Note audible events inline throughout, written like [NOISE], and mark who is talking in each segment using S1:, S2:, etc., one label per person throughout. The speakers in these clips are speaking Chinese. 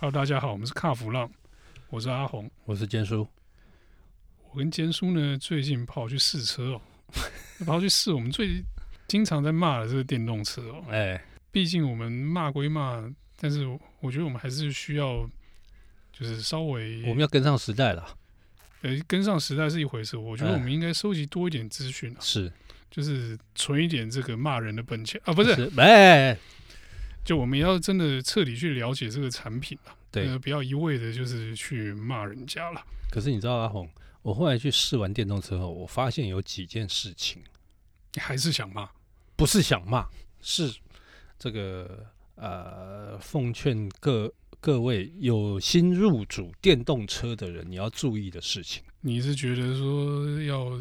S1: Hello，大家好，我们是卡弗浪，我是阿红。
S2: 我是坚叔，
S1: 我跟坚叔呢，最近跑去试车哦， [LAUGHS] 跑去试我们最经常在骂的这个电动车哦。
S2: 哎，
S1: 毕竟我们骂归骂，但是我我觉得我们还是需要，就是稍微
S2: 我们要跟上时代了，
S1: 呃跟上时代是一回事。我觉得
S2: 嗯
S1: 我们应该收集多一点资讯啊，
S2: 是
S1: 就是存一点这个骂人的本钱啊，不是，，
S2: 哎，哎
S1: 就我们要真的彻底去了解这个产品啊，
S2: 对
S1: 呃不要一味的就是去骂人家了。
S2: 可是你知道阿红，我后来去试完电动车后，我发现有几件事情
S1: 你还是想骂，
S2: 不是想骂，是这个呃，奉劝各各位有新入主电动车的人，你要注意的事情。
S1: 你是觉得说要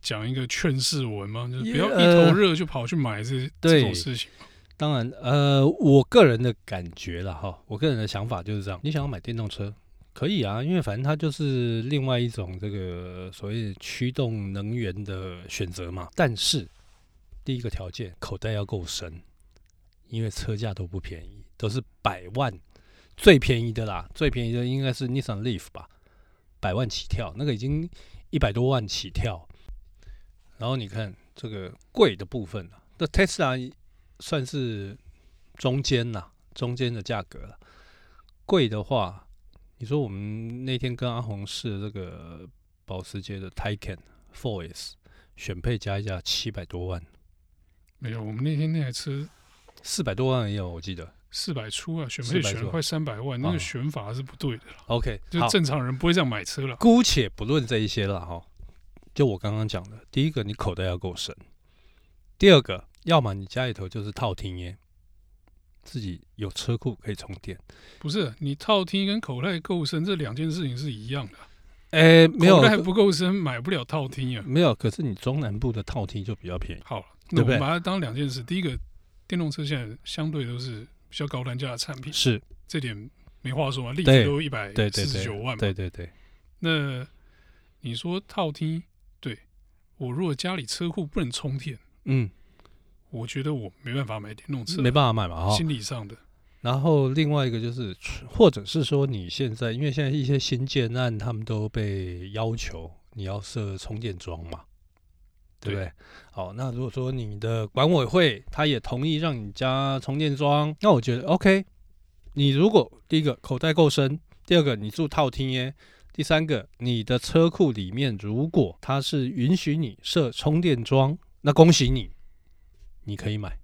S1: 讲一个劝世文吗？就是不要
S2: 也
S1: 一头
S2: 呃
S1: 热就跑去买这、这
S2: 对
S1: 种事情。
S2: 当然，呃，我个人的感觉了哈，我个人的想法就是这样：你想要买电动车，可以啊，因为反正它就是另外一种这个所谓驱动能源的选择嘛。但是第一个条件，口袋要够深，因为车价都不便宜，都是百万最便宜的啦，最便宜的应该是 Nissan Leaf 吧，百万起跳，那个已经一百多万起跳。然后你看这个贵的部分啊，那 Tesla 算是中间啦，中间的价格了。贵的话，你说我们那天跟阿红试的这个保时捷的 Taycan 4S 选配加一加七百多万，
S1: 没有，我们那天那台车
S2: 四百多万也有，我记得。
S1: 四百出啊，选配
S2: 400
S1: 选
S2: 出
S1: 了
S2: 啊
S1: 快三百万，那个
S2: 哦
S1: 选法是不对的啦。
S2: OK，
S1: 就
S2: 好
S1: 是正常人不会这样买车了。
S2: 姑且不论这一些了哈，就我刚刚讲的，第一个你口袋要够深，第二个，要么你家里头就是套厅耶，自己有车库可以充电。
S1: 不是，你套厅跟口袋够深这两件事情是一样的。
S2: 哎、没有
S1: 口袋不够深，买不了套厅啊。
S2: 没有，可是你中南部的套厅就比较便宜。
S1: 好了，那
S2: 对
S1: 我
S2: 不对
S1: 们把它当两件事。第一个，电动车现在相对都是比较高单价的产品，
S2: 是，
S1: 这点没话说啊，例子
S2: 对
S1: 都一百
S2: 对对
S1: 四十
S2: 对
S1: 九万嘛。
S2: 对对对，
S1: 那你说套厅，对我如果家里车库不能充电，
S2: 嗯，
S1: 我觉得我没办法买电动车，
S2: 没办法买嘛哈。
S1: 心理上的。
S2: 然后另外一个就是，或者是说你现在，因为现在一些新建案，他们都被要求你要设充电桩嘛，对不对？好，那如果说你的管委会他也同意让你加充电桩，那我觉得 OK。你如果第一个口袋够深，第二个你住套厅耶，第三个你的车库里面如果它是允许你设充电桩，那恭喜你，你可以买。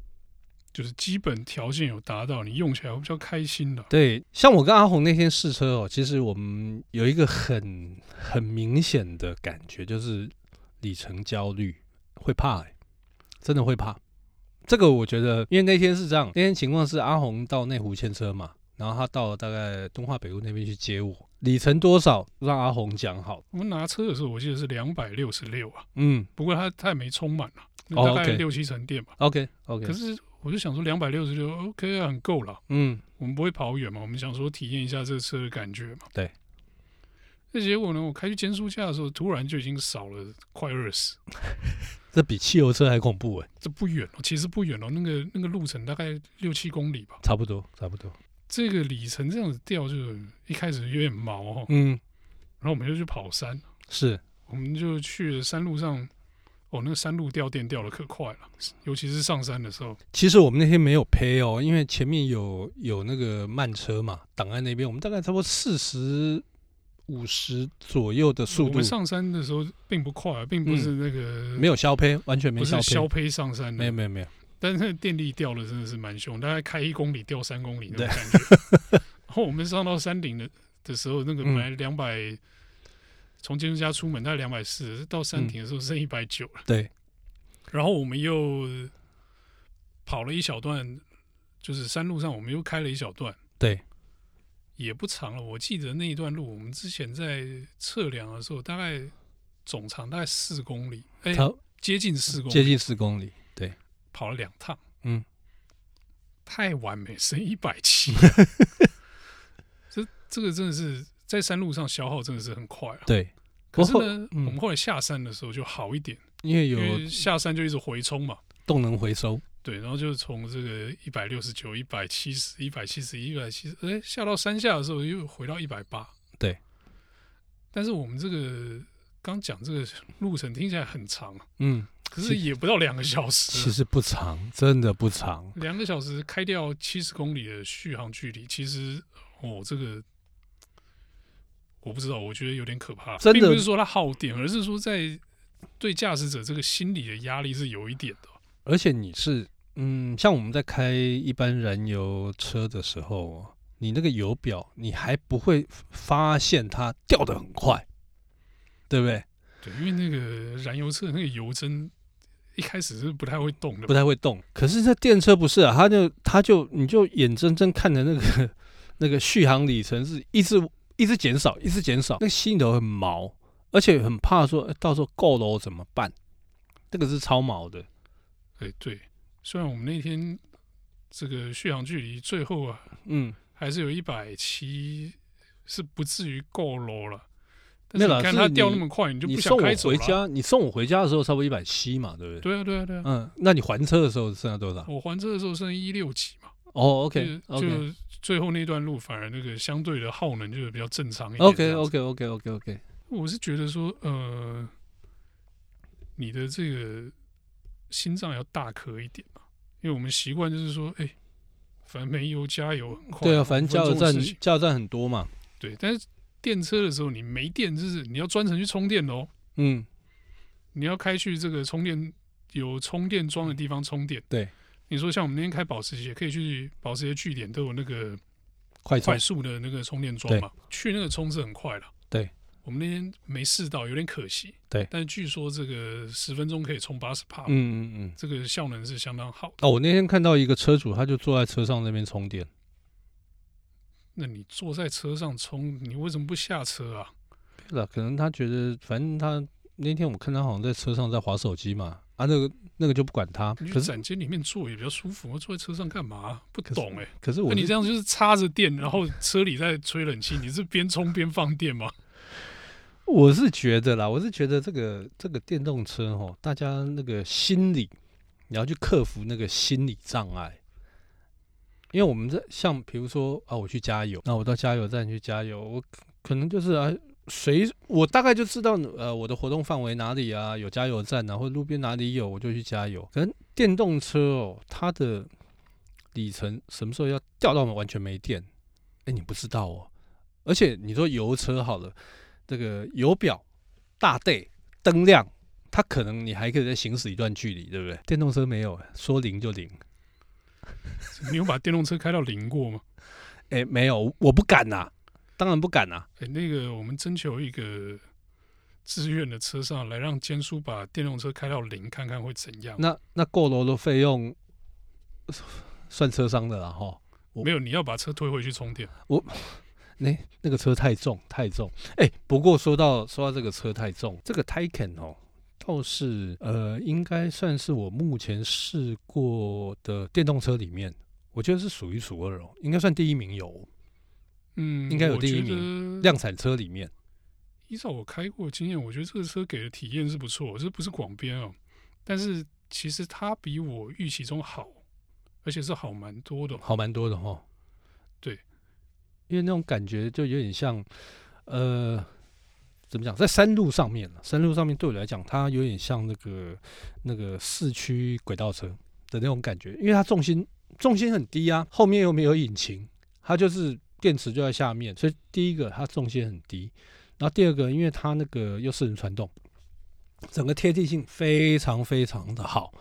S1: 就是基本条件有达到，你用起来会比较开心的。
S2: 对，像我跟阿红那天试车哦，其实我们有一个很很明显的感觉，就是里程焦虑，会怕、欸，真的会怕。这个我觉得，因为那天是这样，那天情况是阿红到内湖牵车嘛，然后他到大概东华北路那边去接我，里程多少让阿红讲好，
S1: 我们拿车的时候，我记得是两百六十六啊，
S2: 嗯
S1: 不过它它也没充满啊，那
S2: 哦
S1: 大概
S2: OK
S1: 六七成电吧。
S2: ，OK OK，
S1: 可是我就想说，两百六十六 OK 啊，很够了。
S2: 嗯
S1: 我们不会跑远嘛，我们想说体验一下这个车的感觉嘛。
S2: 对。
S1: 那结果呢？我开去减速架的时候，突然就已经少了快二十，
S2: 这比汽油车还恐怖哎、
S1: 这不远哦，其实不远哦，那个那个路程大概六七公里吧。
S2: 差不多差不多，
S1: 这个里程这样子掉，就是一开始有点毛哦。
S2: 嗯
S1: 然后我们就去跑山，
S2: 是
S1: 我们就去了山路上，哦，那个山路掉电掉的可快了，尤其是上山的时候，
S2: 其实我们那天没有配哦，因为前面有有那个慢车嘛，档案那边我们大概差不多四十五十左右的速
S1: 我
S2: 度嗯
S1: 们，上山的时候并不快，啊并不是那个、
S2: 没有消配，完全没
S1: 不是
S2: 消
S1: 消
S2: 配，
S1: 胚上山
S2: 没有
S1: 的，
S2: 没有没有，
S1: 但是那个电力掉的真的是蛮凶，大概开一公里掉三公里那种
S2: 对
S1: 感觉。 [LAUGHS] 然后我们上到山顶的的时候，那个
S2: 嗯
S1: 本来两百、从建筑家出门大概两百四，到山顶的时候剩一百九了。
S2: 对，
S1: 然后我们又跑了一小段，就是山路上我们又开了一小段。
S2: 对，
S1: 也不长了。我记得那一段路，我们之前在测量的时候，大概总长大概四公里，哎、
S2: 它
S1: 接近四公里，
S2: 接近四公里，
S1: 跑了两趟，
S2: 嗯，
S1: 太完美，省一百
S2: [LAUGHS]
S1: 七，这这个真的是在山路上消耗真的是很快啊。
S2: 对，
S1: 可是
S2: 不过
S1: 呢，
S2: 嗯
S1: 我们后来下山的时候就好一点，
S2: 因为
S1: 因
S2: 有
S1: 为下山就一直回冲嘛，
S2: 动能回收，
S1: 对，然后就是从这个一百六十九、一百七十、一百七十、一百七十，哎，下到山下的时候又回到一百八。
S2: 对，
S1: 但是我们这个刚讲这个路程听起来很长，啊
S2: 嗯，
S1: 可是也不到两个小时。啊
S2: 其实不长，真的不长。
S1: 两个小时开掉七十公里的续航距离，其实哦，这个我不知道，我觉得有点可怕。
S2: 真的
S1: 并不是说它耗电，而是说在对驾驶者这个心理的压力是有一点的。
S2: 而且你是，嗯，像我们在开一般燃油车的时候哦，你那个油表你还不会发现它掉的很快，对不对？
S1: 对，因为那个燃油车那个油针一开始是不太会动的，
S2: 不太会动。可是这电车不是啊，它就它就你就眼睁睁看着那个 [LAUGHS] 那个续航里程是一直一直减少，一直减少，那个心里头很毛，而且很怕说、呃到时候够了我怎么办？这个是超毛的。
S1: 哎，对，虽然我们那天这个续航距离最后啊
S2: 嗯，
S1: 还是有一百七，是不至于够 low 了。但
S2: 没
S1: 是
S2: 有啦
S1: 你看
S2: 是
S1: 它
S2: 你
S1: 掉那么快，你就
S2: 你
S1: 不想
S2: 送
S1: 开
S2: 我
S1: 走
S2: 回
S1: 了啊。
S2: 家，你送我回家的时候差不多一百七嘛，对不对？
S1: 对啊，对啊，对啊。
S2: 嗯，那你还车的时候剩下多少？
S1: 我还车的时候剩一六几嘛
S2: 哦，OK
S1: 就
S2: OK
S1: 就最后那段路反而那个相对的耗能就是比较正常一点。
S2: OK OK OK OK OK，
S1: 我是觉得说，呃，你的这个心脏要大颗一点嘛，因为我们习惯就是说，哎、反正没油加油很快嘛，
S2: 对啊，反正加
S1: 五
S2: 油
S1: 分钟
S2: 站
S1: 的事情
S2: 加油站很多嘛，
S1: 对，但是电车的时候你没电，就是你要专程去充电哦，
S2: 嗯，
S1: 你要开去这个充电有充电桩的地方充电。
S2: 对，
S1: 你说像我们那天开保时捷，可以去保时捷据点都有那个
S2: 快充
S1: 快速的那个充电桩嘛，去那个充是很快了。
S2: 对，
S1: 我们那天没试到，有点可惜。
S2: 对
S1: 但是据说这个十分钟可以充八十帕，
S2: 嗯嗯嗯。
S1: 这个效能是相当好的。
S2: 哦，我那天看到一个车主，他就坐在车上那边充电，
S1: 那你坐在车上充，你为什么不下车啊？
S2: 对了，可能他觉得，反正他那天我看他好像在车上在划手机嘛，啊，那个那个就不管他，
S1: 你
S2: 可
S1: 去
S2: 是
S1: 展间里面坐也比较舒服，坐在车上干嘛？不
S2: 可是
S1: 懂哎、
S2: 可是
S1: 那
S2: 我
S1: 你
S2: 是
S1: 这样就是插着电，然后车里在吹冷气，你是边充边放电吗？ [LAUGHS]
S2: 我是觉得啦，我是觉得这个这个电动车哦，大家那个心理，你要去克服那个心理障碍。因为我们这像比如说啊，我去加油，那我到加油站去加油，我可可能就是啊，谁我大概就知道呃我的活动范围哪里啊，有加油站啊，或者路边哪里有我就去加油。可能电动车哦，它的里程什么时候要掉到完全没电？哎，你不知道哦。而且你说油车好了，这个油表、大 day 灯亮，它可能你还可以再行驶一段距离，对不对？电动车没有，说零就零。
S1: 你有把电动车开到零过吗？
S2: 哎，没有，我不敢呐、当然不敢呐、
S1: 哎、那个我们征求一个自愿的车上来，让坚叔把电动车开到零，看看会怎样。
S2: 那那过楼的费用呃算车商的啦哈。我
S1: 没有，你要把车推回去充电。
S2: 那、那个车太重太重。哎，不过说到说到这个车太重，这个 Taycan 哦。倒是呃，应该算是我目前试过的电动车里面，我觉得是数一数二哦，应该算第一名有。
S1: 嗯，
S2: 应该有
S1: 我
S2: 第一
S1: 觉得
S2: 量产车里面，
S1: 依照我开过的经验，我觉得这个车给的体验是不错，这不是广编哦，但是其实它比我预期中好，而且是好蛮多的。哦
S2: 好蛮多的哈。
S1: 对，
S2: 因为那种感觉就有点像，呃，怎么讲，在山路上面了。啊山路上面对我来讲，它有点像那个那个市区轨道车的那种感觉，因为它重心重心很低啊，后面又没有引擎，它就是电池就在下面，所以第一个它重心很低，然后第二个因为它那个又四轮传动，整个贴地性非常非常的好。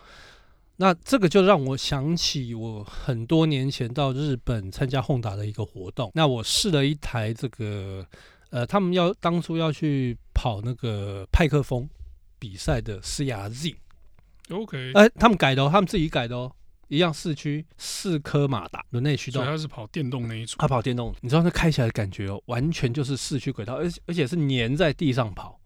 S2: 那这个就让我想起我很多年前到日本参加 Honda 的一个活动，那我试了一台这个，呃，他们要当初要去跑那个派克风比赛的 CRZ，
S1: OK，、呃
S2: 哎、他们改的哦，他们自己改的哦，一样四驱四颗马达轮内驱
S1: 所
S2: 动
S1: 以，它是跑电动那一组。
S2: 他跑电动，你知道那开起来的感觉哦，完全就是市区轨道，而且而且是粘在地上跑，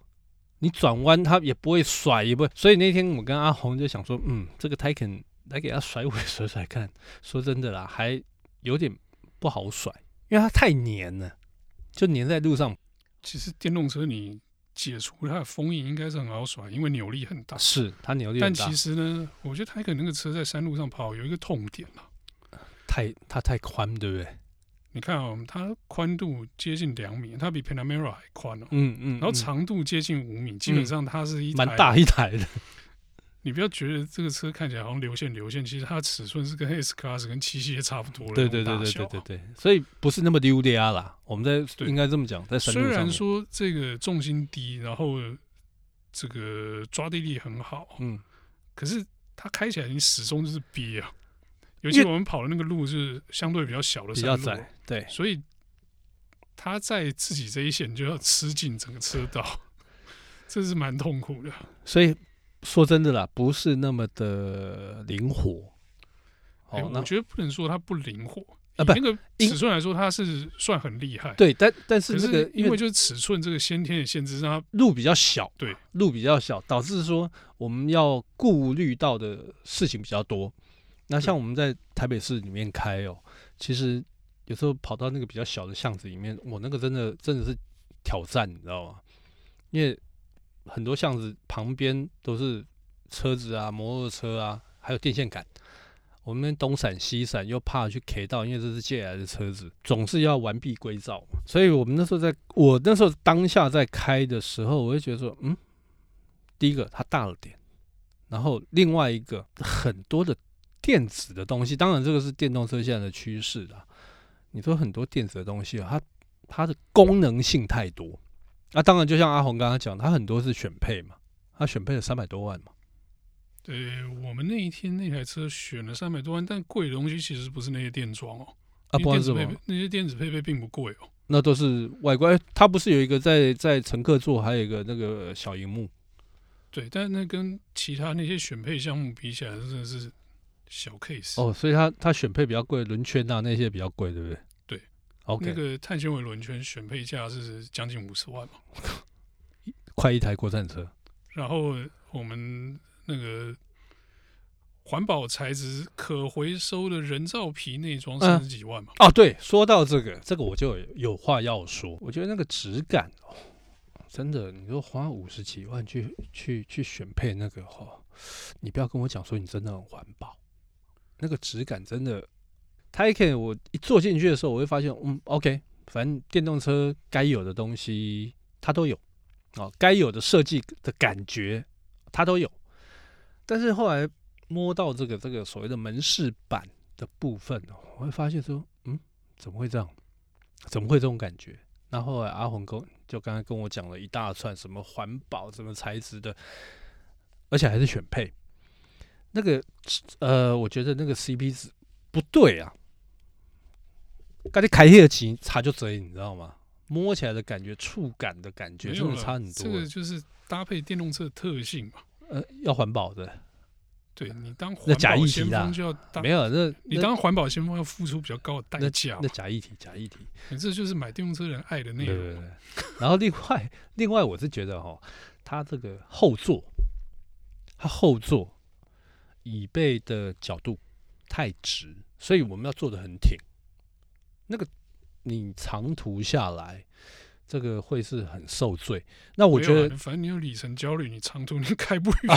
S2: 你转弯它也不会甩，也不会。所以那天我跟阿红就想说，嗯，这个 Taycan 来给它甩尾甩甩看。说真的啦，还有点不好甩，因为它太粘了，就粘在路上。
S1: 其实电动车你解除它的封印应该是很好甩，因为扭力很大。
S2: 是它扭力很
S1: 但
S2: 大
S1: 其，实呢，我觉得台可那个车在山路上跑有一个痛点嘛，
S2: 太它太宽，对不对？
S1: 你看哦，它宽度接近两米，它比 Panamera 还宽哦，
S2: 嗯嗯，
S1: 然后
S2: 嗯
S1: 长度接近五米，基本上它是一台
S2: 蛮大。一台的，
S1: 你不要觉得这个车看起来好像流线流线，其实它的尺寸是跟 S Class 跟七系也差不多了。
S2: 对对对
S1: 那
S2: 对
S1: 种大小
S2: 对
S1: 啊
S2: 对对，所以不是那么溜的啊啦。我们在
S1: 对
S2: 应该这么讲，在山
S1: 虽
S2: 路上
S1: 然
S2: 面，
S1: 说这个重心低，然后这个抓地力很好，
S2: 嗯，
S1: 可是它开起来你始终就是憋啊。尤
S2: 因
S1: 其
S2: 为
S1: 我们跑的那个路是相对比较小的
S2: 比
S1: 山
S2: 较
S1: 路，
S2: 窄，对，
S1: 所以他在自己这一线就要吃尽整个车道，这是蛮痛苦的。
S2: 所以说真的啦，不是那么的灵活。
S1: 哎
S2: 哦，那
S1: 我觉得不能说它不灵活，
S2: 啊
S1: 以
S2: 不
S1: 那个
S2: 因
S1: 尺寸来说，它是算很厉害。
S2: 对，但但是
S1: 可
S2: 那个
S1: 是因为
S2: 为
S1: 就是尺寸这个先天的限制，让它
S2: 路比较小，
S1: 对，
S2: 路比较小，导致说我们要顾虑到的事情比较多。那像我们在台北市里面开哦，其实有时候跑到那个比较小的巷子里面，我那个真的真的是挑战，你知道吗？因为很多巷子旁边都是车子啊、摩托车啊，还有电线杆。我们那边东闪西闪，又怕去 K 到，因为这是借来的车子，总是要完璧归赵嘛。所以我们那时候在，我那时候当下在开的时候，我就觉得说，嗯，第一个它大了点，然后另外一个很多的电子的东西，当然这个是电动车现在的趋势啦。你说很多电子的东西啊，它它的功能性太多。那、当然，就像阿红刚刚讲，它很多是选配嘛，它选配了三百多万嘛，
S1: 呃，我们那一天那台车选了三百多万，但贵的东西其实不是那些电装哦，
S2: 啊，
S1: 因
S2: 不
S1: 为
S2: 管
S1: 电
S2: 什
S1: 子配
S2: 么
S1: 备，那些电子配备并不贵哦。
S2: 那都是外观。哎它不是有一个在在乘客座，还有一个那个小荧幕，
S1: 对，但是那跟其他那些选配项目比起来，真的是小 case。
S2: 哦，所以它它选配比较贵，轮圈啊那些比较贵，对不对？
S1: 对
S2: ，OK，、
S1: 那个碳纤维轮圈选配价是将近五十万嘛，
S2: 快一台国产车，
S1: 然后我们那个环保材质可回收的人造皮内装
S2: 嗯
S1: 三十几万嘛，
S2: 哦，对，说到这个，这个我就有有话要说。我觉得那个质感哦，真的，你说花五十几万去去去选配那个哦，你不要跟我讲说你真的很环保，那个质感真的。Taycan 我一坐进去的时候，我会发现，嗯，OK，反正电动车该有的东西它都有，哦，该有的设计的感觉它都有。但是后来摸到这个这个所谓的门市版的部分哦，我会发现说，嗯，怎么会这样？怎么会这种感觉？那后来阿红跟我就刚刚跟我讲了一大串什么环保、什么材质的，而且还是选配，那个呃，我觉得那个 CP 值不对啊。刚才开黑的琴差就贼，你知道吗？摸起来的感觉、触感的感觉
S1: 没
S2: 真
S1: 有
S2: 的
S1: 了
S2: 差很多
S1: 这
S2: 欸、
S1: 个就是搭配电动车的特性嘛。
S2: 呃，要环保的，
S1: 对你当环
S2: 那假议
S1: 保
S2: 题
S1: 先
S2: 啦
S1: 锋就要当
S2: 没，有那
S1: 你
S2: 那
S1: 当环保先锋要付出比较高的代价
S2: 那
S1: 嘛，
S2: 假议题，假议题。
S1: 你这就是买电动车人爱的内
S2: 对
S1: 容
S2: 对
S1: 嘛。
S2: 对。然后另外另外，我是觉得哈、它这个后座，它后座椅背的角度太直，所以我们要坐得很挺。那个你长途下来，这个会是很受罪。那我
S1: 没
S2: 觉
S1: 有啊
S2: 得
S1: 反正你有里程焦虑，你长途你开不远。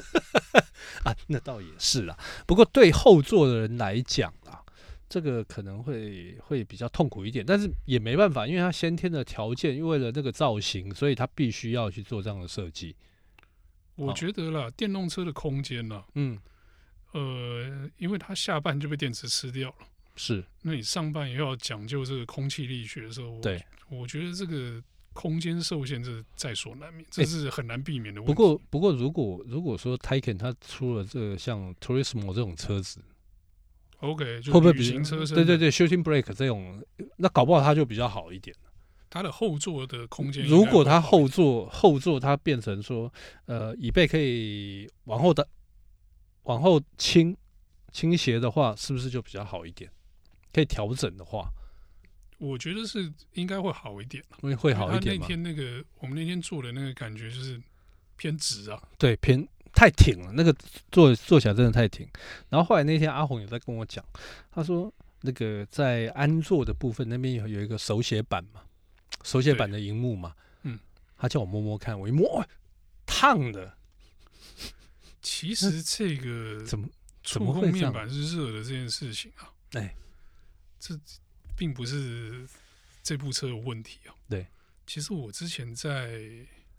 S2: [LAUGHS] 啊，那倒也是啦。不过对后座的人来讲啦，这个可能会会比较痛苦一点，但是也没办法，因为它先天的条件，因为为了那个造型，所以它必须要去做这样的设计。
S1: 我
S2: 哦
S1: 觉得啦，电动车的空间啦，
S2: 嗯，
S1: 呃，因为它下半就被电池吃掉了，
S2: 是
S1: 那你上半又要讲究这个空气力学的时候，我
S2: 对。
S1: 我觉得这个空间受限这在所难免，
S2: 哎
S1: 这是很难避免的问题。
S2: 不过，不过如果如果说 Taycan 它出了这个像 Turismo 这种车子，
S1: ，OK，就
S2: 会不会
S1: 旅
S2: 比
S1: 行车身
S2: 对对
S1: 的，
S2: 对 Shooting Brake 这种，那搞不好它就比较好一点。
S1: 它的后座的空间应该会
S2: 如
S1: 好一点，
S2: 果它后座后座它变成说，呃，椅背可以往后的往后倾倾斜的话，是不是就比较好一点？可以调整的话，
S1: 我觉得是应该会好一点啦，
S2: 会会好一点
S1: 因为它那？
S2: 吗
S1: 天那个我们那天坐的那个感觉就是偏直啊，
S2: 对，偏太挺了，那个坐坐起来真的太挺。然后后来那天阿红也在跟我讲，他说那个在安座的部分那边有有一个手写板嘛，手写
S1: 对
S2: 板的荧幕嘛，
S1: 嗯，
S2: 他叫我摸摸看，我一摸，哇烫的，
S1: 其实这个
S2: 怎么？怎
S1: 触
S2: 么会
S1: 控
S2: 这
S1: 面
S2: 样
S1: 板是热的这件事情啊，
S2: 哎，
S1: 这并不是这部车有问题啊。
S2: 对，
S1: 其实我之前在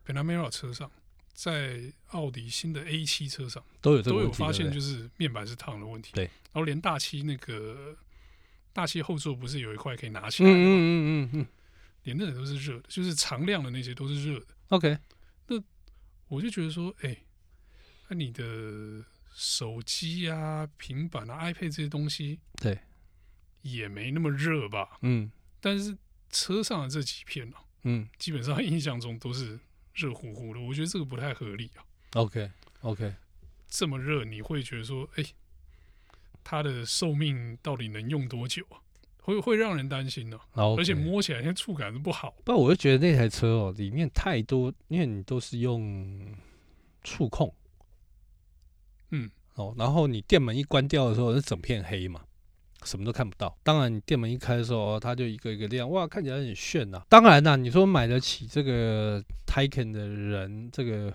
S1: Panamera 车上，在奥迪新的 A 七车上
S2: 都有这个
S1: 都
S2: 问
S1: 有
S2: 题，
S1: 发
S2: 对
S1: 现，
S2: 不对
S1: 就是面板是烫的问题。
S2: 对
S1: 然后连大七那个大七后座不是有一块可以拿起
S2: 嗯
S1: 来，
S2: 嗯嗯嗯嗯
S1: 连那个都是热的，就是常亮的那些都是热的。
S2: ，OK，
S1: 我就觉得说，哎、那、你的手机啊、平板啊、iPad 这些东西，
S2: 对，
S1: 也没那么热吧？
S2: 嗯
S1: 但是车上的这几片啊，
S2: 嗯
S1: 基本上印象中都是热乎乎的，我觉得这个不太合理啊。
S2: ，OK OK，
S1: 这么热，你会觉得说，哎、它的寿命到底能用多久啊？会会让人担心呢、
S2: 然后
S1: 而且摸起来那触感是不好。
S2: 不，我就觉得那台车哦，里面太多，因为你都是用触控，
S1: 嗯，
S2: 哦，然后你电门一关掉的时候，是整片黑嘛，什么都看不到。当然，你电门一开的时候，哦它就一个一个亮，哇，看起来很炫呐、啊当然啦、你说买得起这个 Taycan 的人，这个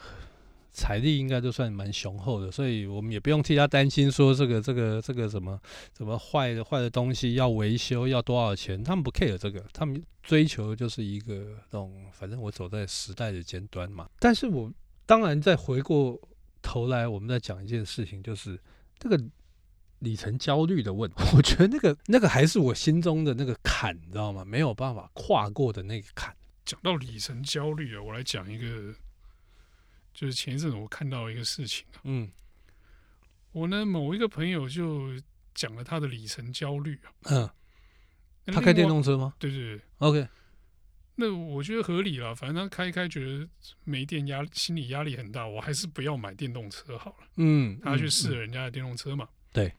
S2: 财力应该都算蛮雄厚的，所以我们也不用替他担心说这个这个这个什么什么坏的坏的东西要维修要多少钱，他们不 care 这个，他们追求的就是一个那种，反正我走在时代的尖端嘛。但是我当然再回过头来，我们再讲一件事情，就是这个里程焦虑的问 [LAUGHS] 题。我觉得那个那个还是我心中的那个坎，你知道吗？没有办法跨过的那个坎。
S1: 讲到里程焦虑啊，我来讲一个，就是前一阵子我看到一个事情啊，
S2: 嗯
S1: 我呢某一个朋友就讲了他的里程焦虑啊，
S2: 嗯，
S1: 那
S2: 他
S1: 另
S2: 开电
S1: 外，
S2: 动车吗
S1: 对对对，
S2: ？OK，
S1: 那我觉得合理了，反正他开一开觉得没电压，心理压力很大，我还是不要买电动车好了，
S2: 嗯，
S1: 他去
S2: 嗯
S1: 试了
S2: 嗯
S1: 人家的电动车嘛，
S2: 对。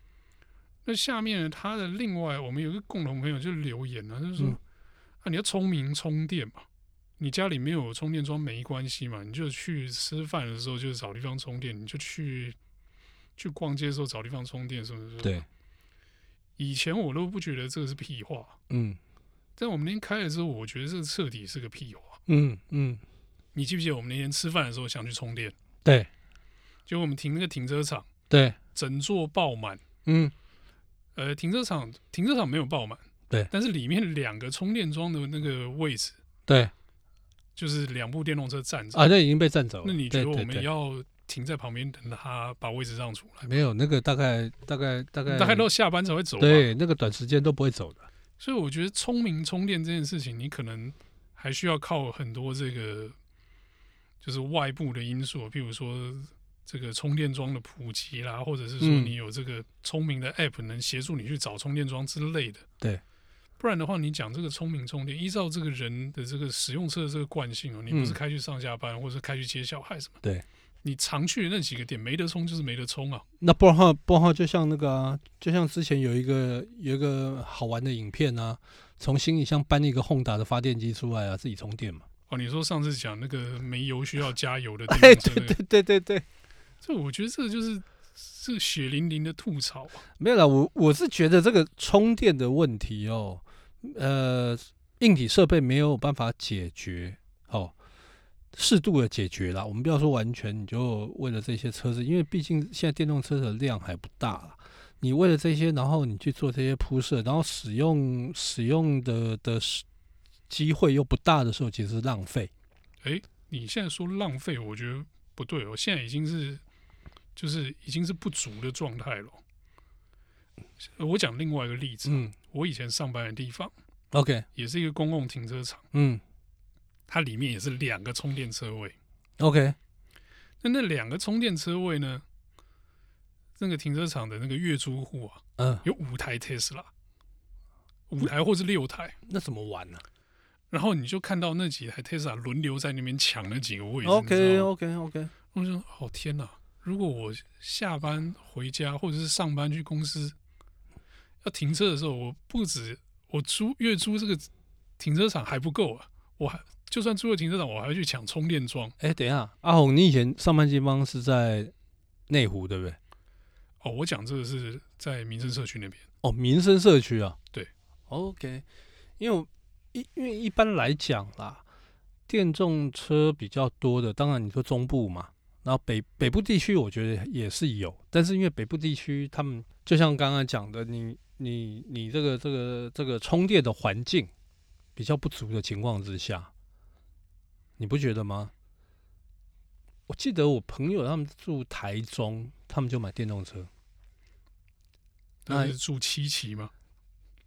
S1: 那下面呢他的另外我们有一个共同朋友就留言了、啊，就是说、
S2: 嗯
S1: 啊你要聪明充电嘛。你家里没有充电桩没关系嘛，你就去吃饭的时候就找地方充电，你就去去逛街的时候找地方充电，是不是？
S2: 对，
S1: 以前我都不觉得这个是屁话，
S2: 嗯
S1: 但我们那天开了之后，我觉得这彻底是个屁话。
S2: 嗯嗯，
S1: 你记不记得我们那天吃饭的时候想去充电，
S2: 对
S1: 结果我们停那个停车场，
S2: 对，
S1: 整座爆满。
S2: 嗯
S1: 呃，停车场停车场没有爆满，
S2: 对
S1: 但是里面两个充电桩的那个位置，
S2: 对
S1: 就是两部电动车站着。
S2: 啊，那已经被占走了。
S1: 那你觉
S2: 对
S1: 得我
S2: 对对
S1: 们要停在旁边等他把位置让出来？
S2: 没有那个大概大概大概
S1: 大概都下班才会走吧。，
S2: 对那个短时间都不会走的。
S1: 所以我觉得聪明充电这件事情，你可能还需要靠很多这个就是外部的因素，譬如说这个充电桩的普及啦，或者是说
S2: 嗯
S1: 你有这个聪明的 app 能协助你去找充电桩之类的。
S2: 对，
S1: 不然的话，你讲这个聪明充电，依照这个人的这个使用车的这个惯性哦，你不是
S2: 嗯
S1: 开去上下班，或者是开去接小孩什么，
S2: 对，
S1: 你常去的那几个点没得充就是没得充啊。
S2: 那不然的话，不然的话，就像那个、啊，就像之前有一个有一个好玩的影片啊，从行李箱搬一个 Honda 的发电机出来啊，自己充电嘛。
S1: 哦，你说上次讲那个没油需要加油的
S2: 哎，
S1: 电动车
S2: [LAUGHS] 对
S1: 那个
S2: 对对对对，
S1: 这我觉得这个就是是血淋淋的吐槽啊、
S2: 没有啦，我我是觉得这个充电的问题哦，呃，硬体设备没有办法解决，哦，适度的解决啦。我们不要说完全，你就为了这些车子，因为毕竟现在电动车的量还不大啦。你为了这些，然后你去做这些铺设，然后使用使用的的时机会又不大的时候，其实是浪费。
S1: 你现在说浪费，我觉得不对哦，现在已经是就是已经是不足的状态了。呃我讲另外一个例子，
S2: 嗯
S1: 我以前上班的地方
S2: ，OK，
S1: 也是一个公共停车场，
S2: 嗯
S1: 它里面也是两个充电车位。
S2: ，OK，
S1: 那那两个充电车位呢，那个停车场的那个月租户啊，
S2: 嗯、
S1: 有五台 Tesla，五台或是六台，
S2: 那怎么玩呢、
S1: 然后你就看到那几台 Tesla 轮流在那边抢那几个位置。你知道吗
S2: OK OK OK，
S1: 我就说，哦天哪！如果我下班回家或者是上班去公司要停车的时候，我不止我租月租这个停车场还不够啊，我还就算租了停车场，我还要去抢充电桩。
S2: 哎，等一下，阿红，你以前上班地方是在内湖，对不对？
S1: 哦，我讲这个是在民生社区那边，
S2: 哦，民生社区啊。
S1: 对
S2: ，OK，因为我一因为一般来讲啦，电动车比较多的，当然你说中部嘛，然后北北部地区我觉得也是有，但是因为北部地区他们就像刚刚讲的，你你你这个这个这个充电的环境比较不足的情况之下，你不觉得吗？我记得我朋友他们住台中，他们就买电动车，
S1: 但是住七期嘛，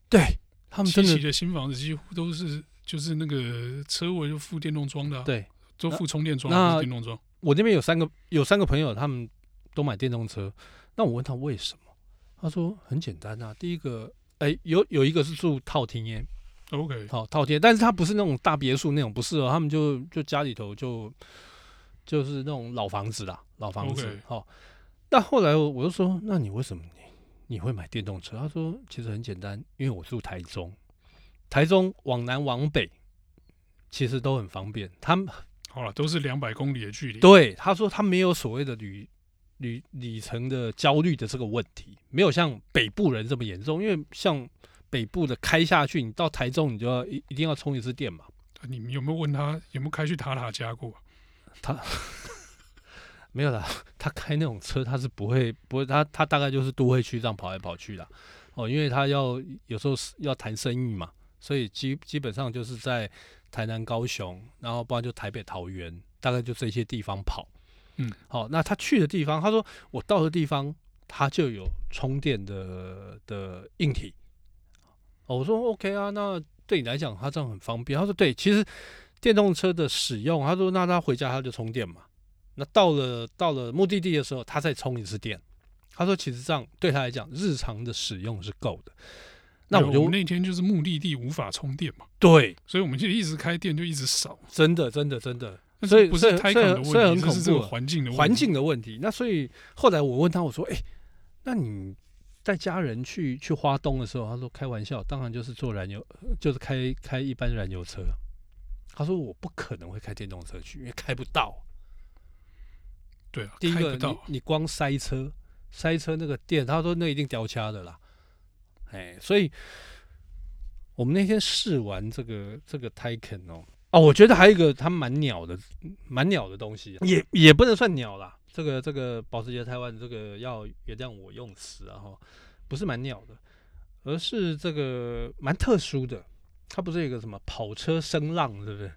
S2: 对他们
S1: 七
S2: 真
S1: 期
S2: 的
S1: 的新房子几乎都是就是那个车位就附电动桩的、啊，
S2: 对。
S1: 都附充电桩，
S2: 那
S1: 不是电动桩。
S2: 我那边有三个有三个朋友，他们都买电动车。那我问他为什么，他说很简单啊。第一个，哎、有有一个是住套厅耶，
S1: OK，
S2: 好套厅，但是他不是那种大别墅那种，不是哦，他们就就家里头就就是那种老房子啦，老房子
S1: OK。
S2: 好、那后来我我就说，那你为什么你你会买电动车？他说其实很简单，因为我住台中，台中往南往北其实都很方便，他们
S1: 好了，都是两百公里的距离。
S2: 对，他说他没有所谓的旅旅里程的焦虑的这个问题，没有像北部人这么严重，因为像北部的开下去，你到台中你就要一一定要充一次电嘛。
S1: 你你有没有问他有没有开去塔塔家过？
S2: 没有啦， [LAUGHS] 他开那种车他是不会不会，他他大概就是都会区这样跑来跑去的哦，因为他要有时候是要谈生意嘛，所以基基本上就是在台南、高雄，然后不然就台北、桃园，大概就这些地方跑。
S1: 嗯，
S2: 好、那他去的地方，他说我到的地方，他就有充电的的硬体。哦，我说 OK 啊，那对你来讲，他这样很方便。他说对，其实电动车的使用，他说那他回家他就充电嘛。那到了到了目的地的时候，他再充一次电。他说其实这样对他来讲，日常的使用是够的。那我
S1: 没有
S2: 就
S1: 们那天就是目的地无法充电嘛，
S2: 对，
S1: 所以我们就一直开电就一直少。
S2: 真的真的真的
S1: 但
S2: 所以
S1: 是不
S2: 所
S1: 是
S2: 以
S1: Taycan
S2: 所以
S1: 的
S2: 所以
S1: 问
S2: 很
S1: 题，这是
S2: 恐
S1: 这
S2: 怖
S1: 个
S2: 啊
S1: 环境的问题
S2: 环境的问题。那所以后来我问他，我说：“哎、那你带家人去去花东的时候，他说开玩笑，当然就是坐燃油，呃就是开开一般燃油车。”他说：“我不可能会开电动车去，因为开不到。
S1: 对啊，
S2: 第一
S1: 开
S2: 个，
S1: 不
S2: 你
S1: 到
S2: 你光塞车，塞车那个电，他说那一定掉掐的啦。哎，所以我们那天试完这个这个 Taycan 哦，哦，我觉得还有一个它蛮鸟的，蛮鸟的东西，也也不能算鸟啦。这个这个保时捷台湾这个要原谅我用词啊哈，不是蛮鸟的，而是这个蛮特殊的。它不是有一个什么跑车声浪，是不是？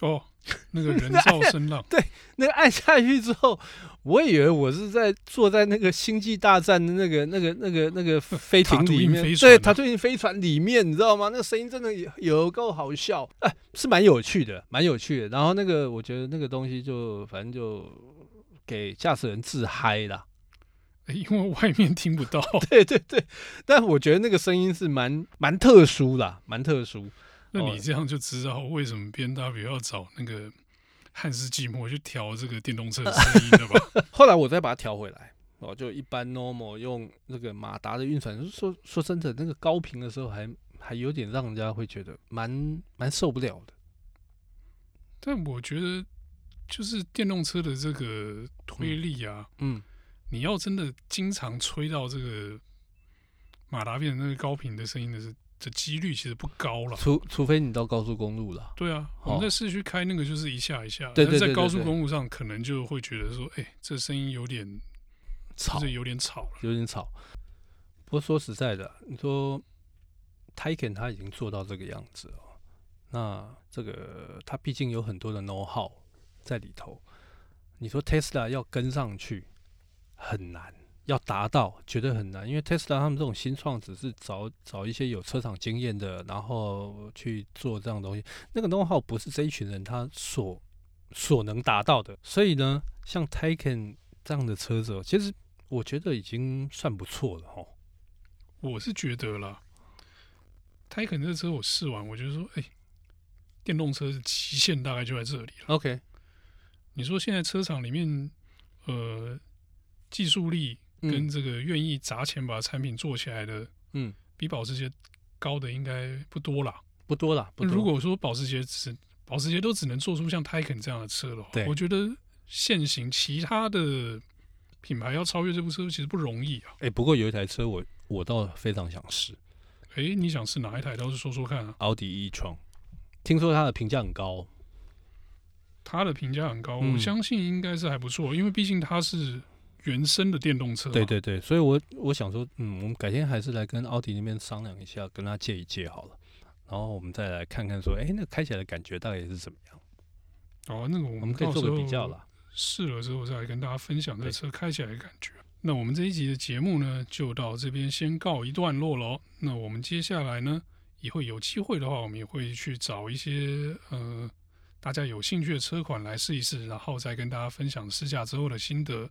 S1: 哦， [LAUGHS] 那个人造声浪
S2: 那个按下去之后，我以为我是在坐在那个《星际大战》的那个、那个、那个、那个飞艇
S1: 呃塔图
S2: 里
S1: 因
S2: 面，
S1: 飞船
S2: 对，
S1: 啊
S2: 塔图因飞船里面，你知道吗？那个声音真的有有够好笑，哎、是蛮有趣的，蛮有趣的。然后那个，我觉得那个东西就反正就给驾驶人自嗨啦。 [LAUGHS]
S1: 因为外面听不到。
S2: 对对对，但我觉得那个声音是蛮蛮特殊啦，蛮特殊。
S1: 那
S2: 哦
S1: 你这样就知道为什么 B N W 要找那个汉斯季默去调这个电动车的声音了吧？
S2: [LAUGHS] 后来我再把它调回来，哦，就一般 normal 用那个马达的运转，说说真的，那个高频的时候还还有点让人家会觉得蛮蛮受不了的。
S1: 但我觉得，就是电动车的这个推力啊，
S2: 嗯，
S1: 你要真的经常吹到这个马达变成那个高频的声音的是的几率其实不高了。
S2: 除除非你到高速公路了，
S1: 对啊，
S2: 哦
S1: 我们在市区开那个就是一下一下，
S2: 对
S1: 但
S2: 对对
S1: 是在高速
S2: 对对
S1: 公路上可能就会觉得说，哎、这声音有点，
S2: 吵
S1: 就是有点吵了。
S2: 有点吵。不过说实在的，你说 Taycan 他已经做到这个样子哦，那这个他毕竟有很多的 know how 在里头。你说 Tesla 要跟上去很难，要达到绝对很难，因为 Tesla 他们这种新创只是找找一些有车厂经验的，然后去做这样的东西，那个 know how 不是这一群人他所所能达到的。所以呢，像 Taycan 这样的车子、哦，其实我觉得已经算不错了哦。
S1: 我是觉得啦，泰肯这车我试完，我觉得说，哎、电动车的极限大概就在这里了。
S2: OK，
S1: 你说现在车厂里面，呃，技术力跟
S2: 嗯
S1: 这个愿意砸钱把产品做起来的，
S2: 嗯，
S1: 比保时捷高的应该不多啦。
S2: 不多了，不
S1: 那嗯
S2: 多。
S1: 如果说保时捷只保时捷都只能做出像 Taycan 这样的车了
S2: 对，
S1: 我觉得现行其他的品牌要超越这部车其实不容易啊。
S2: 哎、不过有一台车我我倒非常想试，
S1: 诶，你想是哪一台？倒是说说看啊。
S2: 奥迪 e 窗，听说它的评价很高哦。
S1: 他的评价很高，
S2: 嗯
S1: 我相信应该是还不错，因为毕竟它是原生的电动车嘛。
S2: 对对对，所以我我想说，嗯，我们改天还是来跟奥迪那边商量一下，跟他借一借好了，然后我们再来看看说，哎，那开起来的感觉大概是怎么样？
S1: 哦，那个我
S2: 我们可以
S1: 到
S2: 做
S1: 时
S2: 个
S1: 候
S2: 比较啦。
S1: 试了之后再来跟大家分享这
S2: 对
S1: 车开起来的感觉。那我们这一集的节目呢，就到这边先告一段落喽。那我们接下来呢，以后有机会的话，我们也会去找一些呃大家有兴趣的车款来试一试，然后再跟大家分享试驾之后的心得。